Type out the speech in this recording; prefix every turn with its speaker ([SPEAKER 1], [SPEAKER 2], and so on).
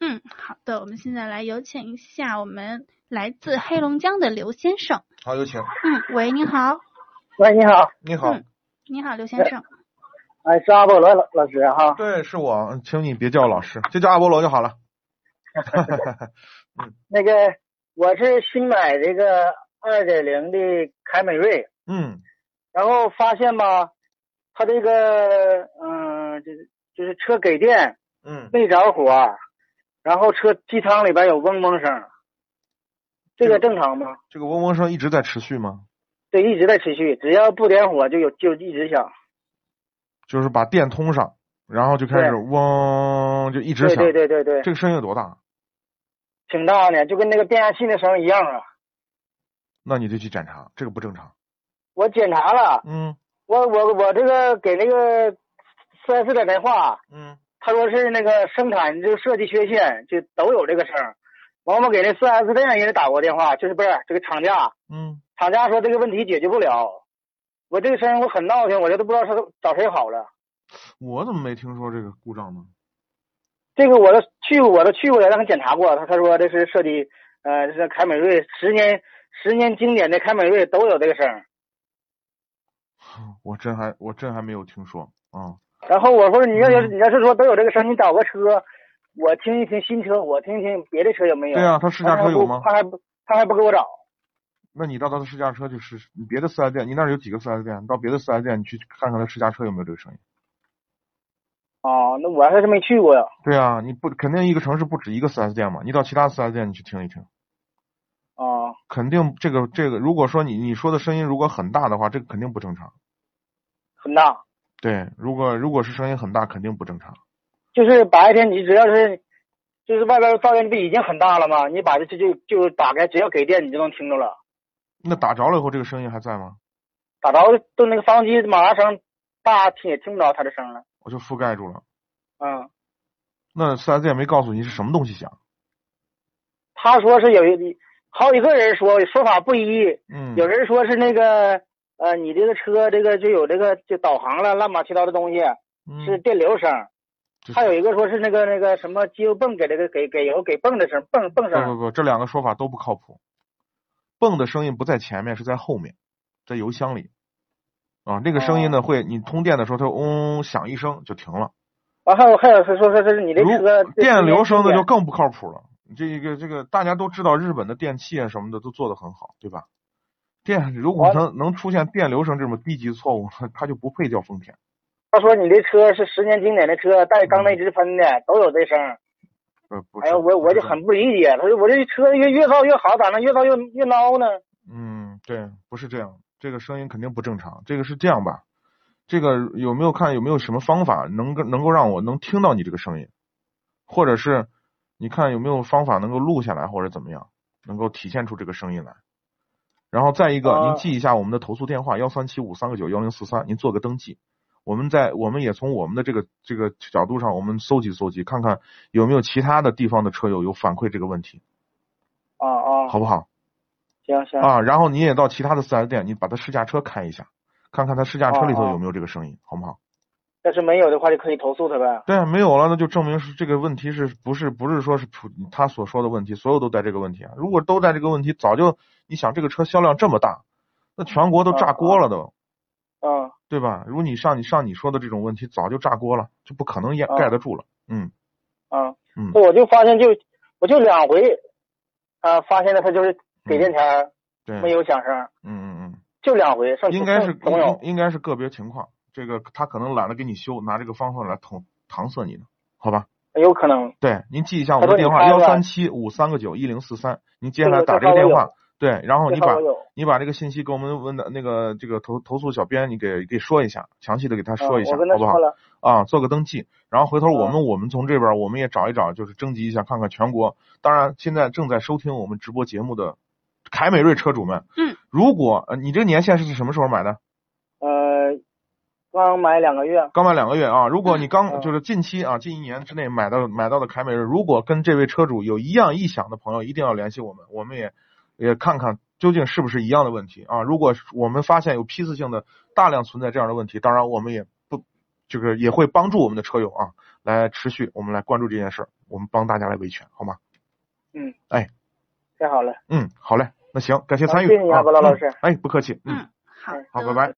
[SPEAKER 1] 嗯好的，我们现在来有请一下我们来自黑龙江的刘先生。
[SPEAKER 2] 好，有请。
[SPEAKER 1] 嗯，喂，你好，
[SPEAKER 3] 喂，你好，
[SPEAKER 2] 你好，
[SPEAKER 1] 嗯你好，刘先生。
[SPEAKER 3] 哎，是阿波罗老老师哈。
[SPEAKER 2] 对，是我，嗯请你别叫我老师，就叫阿波罗就好了。
[SPEAKER 3] 那个，我是新买这个二点零的凯美瑞，
[SPEAKER 2] 嗯
[SPEAKER 3] 然后发现吧，它这个嗯、就是就是车给电
[SPEAKER 2] 嗯，
[SPEAKER 3] 没着火，然后车机舱里边有嗡嗡声，这个正常吗？
[SPEAKER 2] 这个嗡嗡声一直在持续吗？
[SPEAKER 3] 对，一直在持续，只要不点火就有就一直响。
[SPEAKER 2] 就是把电通上，然后就开始
[SPEAKER 3] 对
[SPEAKER 2] 嗡，就一直
[SPEAKER 3] 对
[SPEAKER 2] 响。
[SPEAKER 3] 对对对对，
[SPEAKER 2] 这个声音有多大？
[SPEAKER 3] 挺大的，就跟那个变压器那声一样啊。
[SPEAKER 2] 那你得去检查，这个不正常。
[SPEAKER 3] 我检查了，
[SPEAKER 2] 嗯
[SPEAKER 3] 我我我这个给那个四 S 打电话，
[SPEAKER 2] 嗯
[SPEAKER 3] 他说是那个生产这个设计缺陷，就都有这个声儿。完，我给那四 S 店也打过电话，就是不是这个厂家，
[SPEAKER 2] 嗯，
[SPEAKER 3] 厂家说这个问题解决不了。我这个声儿我很闹腾，我这都不知道是找谁好了。
[SPEAKER 2] 我怎么没听说这个故障呢？
[SPEAKER 3] 这个我都去，我都去过了，让他检查过，他他说这是设计，呃，这是凯美瑞十年十年经典的凯美瑞都有这个声儿。
[SPEAKER 2] 我真还我真还没有听说啊、
[SPEAKER 3] 然后我说你要是
[SPEAKER 2] 嗯
[SPEAKER 3] 你要是说都有这个声儿，你找个车，我听一听新车，我听一听别的车有没有。
[SPEAKER 2] 对啊，他试
[SPEAKER 3] 哎
[SPEAKER 2] 驾车有吗？
[SPEAKER 3] 他还不他还不给我找。
[SPEAKER 2] 那你到他的试驾车去试试，你别的四 S 店，你那儿有几个四 S 店？你到别的四 S 店，你去看看他试驾车有没有这个声音。
[SPEAKER 3] 哦，那我还是没去过呀。
[SPEAKER 2] 对啊，你不肯定一个城市不止一个四 S 店嘛？你到其他四 S 店你去听一听，
[SPEAKER 3] 哦，
[SPEAKER 2] 肯定这个这个，如果说你你说的声音如果很大的话，这个肯定不正常。
[SPEAKER 3] 很大，
[SPEAKER 2] 对，如果如果是声音很大，肯定不正常。
[SPEAKER 3] 就是白天你只要是，就是外边噪音不已经很大了吗？你把这这就就打开，只要给电你就能听着了。
[SPEAKER 2] 那打着了以后，这个声音还在吗？
[SPEAKER 3] 打着都那个发动机马达声大，听也听不着它的声了。
[SPEAKER 2] 我就覆盖住了。
[SPEAKER 3] 嗯，
[SPEAKER 2] 那四 S 店没告诉你是什么东西响。
[SPEAKER 3] 他说是有一好几个人说说法不一，
[SPEAKER 2] 嗯，
[SPEAKER 3] 有人说是那个呃你这个车这个就有这个就导航了乱七八糟的东西是
[SPEAKER 2] 嗯，
[SPEAKER 3] 电流声，
[SPEAKER 2] 这
[SPEAKER 3] 还有一个说是那个那个什么机油泵给这个给给油给泵的声泵泵
[SPEAKER 2] 不
[SPEAKER 3] 声。
[SPEAKER 2] 不不，这两个说法都不靠谱。泵的声音不在前面，是在后面，在油箱里。啊，那个声
[SPEAKER 3] 哦
[SPEAKER 2] 音呢，会你通电的时候，它嗡、响一声就停了。
[SPEAKER 3] 完还有还有是说说这是你这
[SPEAKER 2] 如
[SPEAKER 3] 车
[SPEAKER 2] 电流声的就更不靠谱了。这个这个大家都知道，日本的电器啊什么的都做得很好，对吧？电如果
[SPEAKER 3] 完
[SPEAKER 2] 能能出现电流声这么低级错误，它就不配叫丰田。
[SPEAKER 3] 他说你这车是十年经典的车，带缸内直喷的，都有这声儿。
[SPEAKER 2] 呃，嗯不
[SPEAKER 3] 哎
[SPEAKER 2] 是
[SPEAKER 3] 呀，我我就很不理解，他说我这车越越造越好，咋能越造越越孬呢？
[SPEAKER 2] 嗯，对，不是这样，这个声音肯定不正常。这个是这样吧？这个有没有看有没有什么方法能够能够让我能听到你这个声音，或者是你看有没有方法能够录下来或者怎么样，能够体现出这个声音来。然后再一个，您
[SPEAKER 3] 啊
[SPEAKER 2] 记一下我们的投诉电话幺三七五三个九幺零四三，您做个登记。我们在我们也从我们的这个这个角度上，我们搜集搜集，看看有没有其他的地方的车友有反馈这个问题，
[SPEAKER 3] 啊啊，
[SPEAKER 2] 好不好？
[SPEAKER 3] 行行，
[SPEAKER 2] 啊，然后你也到其他的四 S 店，你把他试驾车开一下，看看他试驾车里头
[SPEAKER 3] 哦哦
[SPEAKER 2] 有没有这个声音，好不好？
[SPEAKER 3] 要是没有的话就可以投诉他呗。
[SPEAKER 2] 对，啊没有了，那就证明是这个问题是不是不是说是普他所说的问题，所有都在这个问题啊？如果都在这个问题，早就你想这个车销量这么大，那全国都炸锅
[SPEAKER 3] 哦
[SPEAKER 2] 了都，
[SPEAKER 3] 嗯，
[SPEAKER 2] 对吧？如果你上你上你说的这种问题，早就炸锅了，就不可能掩
[SPEAKER 3] 哦
[SPEAKER 2] 盖得住了。嗯，
[SPEAKER 3] 啊，
[SPEAKER 2] 嗯
[SPEAKER 3] 我就发现就我就两回啊，发现了他就是
[SPEAKER 2] 嗯
[SPEAKER 3] 给电前儿
[SPEAKER 2] 对，
[SPEAKER 3] 没有响声，
[SPEAKER 2] 嗯嗯
[SPEAKER 3] 就两回，
[SPEAKER 2] 嗯，
[SPEAKER 3] 剩
[SPEAKER 2] 应该是
[SPEAKER 3] 总有
[SPEAKER 2] 应。应该是个别情况，这个他可能懒得给你修，拿这个方法来搪搪塞你呢，好吧？
[SPEAKER 3] 有可能
[SPEAKER 2] 对，您记一下我
[SPEAKER 3] 他
[SPEAKER 2] 们的
[SPEAKER 3] 说
[SPEAKER 2] 电
[SPEAKER 3] 你
[SPEAKER 2] 话
[SPEAKER 3] 开
[SPEAKER 2] 幺
[SPEAKER 3] 了
[SPEAKER 2] 三七五三个九一零四三，您接下
[SPEAKER 3] 这
[SPEAKER 2] 来
[SPEAKER 3] 个
[SPEAKER 2] 打
[SPEAKER 3] 这
[SPEAKER 2] 这个
[SPEAKER 3] 号
[SPEAKER 2] 电
[SPEAKER 3] 我
[SPEAKER 2] 话，对，然后哦
[SPEAKER 3] 这
[SPEAKER 2] 你
[SPEAKER 3] 号
[SPEAKER 2] 把
[SPEAKER 3] 我有
[SPEAKER 2] 你把这个信息给我们问的那个这个投投诉小编，你给给说一下，详细的给他
[SPEAKER 3] 嗯
[SPEAKER 2] 说一下，
[SPEAKER 3] 我跟他
[SPEAKER 2] 好不好
[SPEAKER 3] 说？了，
[SPEAKER 2] 啊，做个登记，然后回头我
[SPEAKER 3] 嗯
[SPEAKER 2] 们、我们从这边我们也找一找，就是征集一下，看看全国。当然，现在正在收听我们直播节目的凯美瑞车主们，
[SPEAKER 1] 嗯，
[SPEAKER 2] 如果、呃、你这年限是什么时候买的？
[SPEAKER 3] 呃，刚买两个月，
[SPEAKER 2] 刚满两个月啊，如果你刚
[SPEAKER 3] 嗯
[SPEAKER 2] 就是近期啊，近一年之内买到买到的凯美瑞，如果跟这位车主有一样异响的朋友，一定要联系我们，我们也也看看究竟是不是一样的问题啊。如果是我们发现有批次性的大量存在这样的问题，当然我们也不这个也会帮助我们的车友啊来持续我们来关注这件事儿，我们帮大家来维权，好吗？
[SPEAKER 3] 嗯，
[SPEAKER 2] 哎，
[SPEAKER 3] 太好了。
[SPEAKER 2] 嗯，好嘞，那行，感谢参与
[SPEAKER 3] 好谢谢你啊
[SPEAKER 2] 啊，
[SPEAKER 3] 郭老老师
[SPEAKER 2] 嗯哎，不客气，嗯，
[SPEAKER 1] 嗯，好
[SPEAKER 3] 哎
[SPEAKER 2] 好，
[SPEAKER 1] 的
[SPEAKER 2] 拜拜。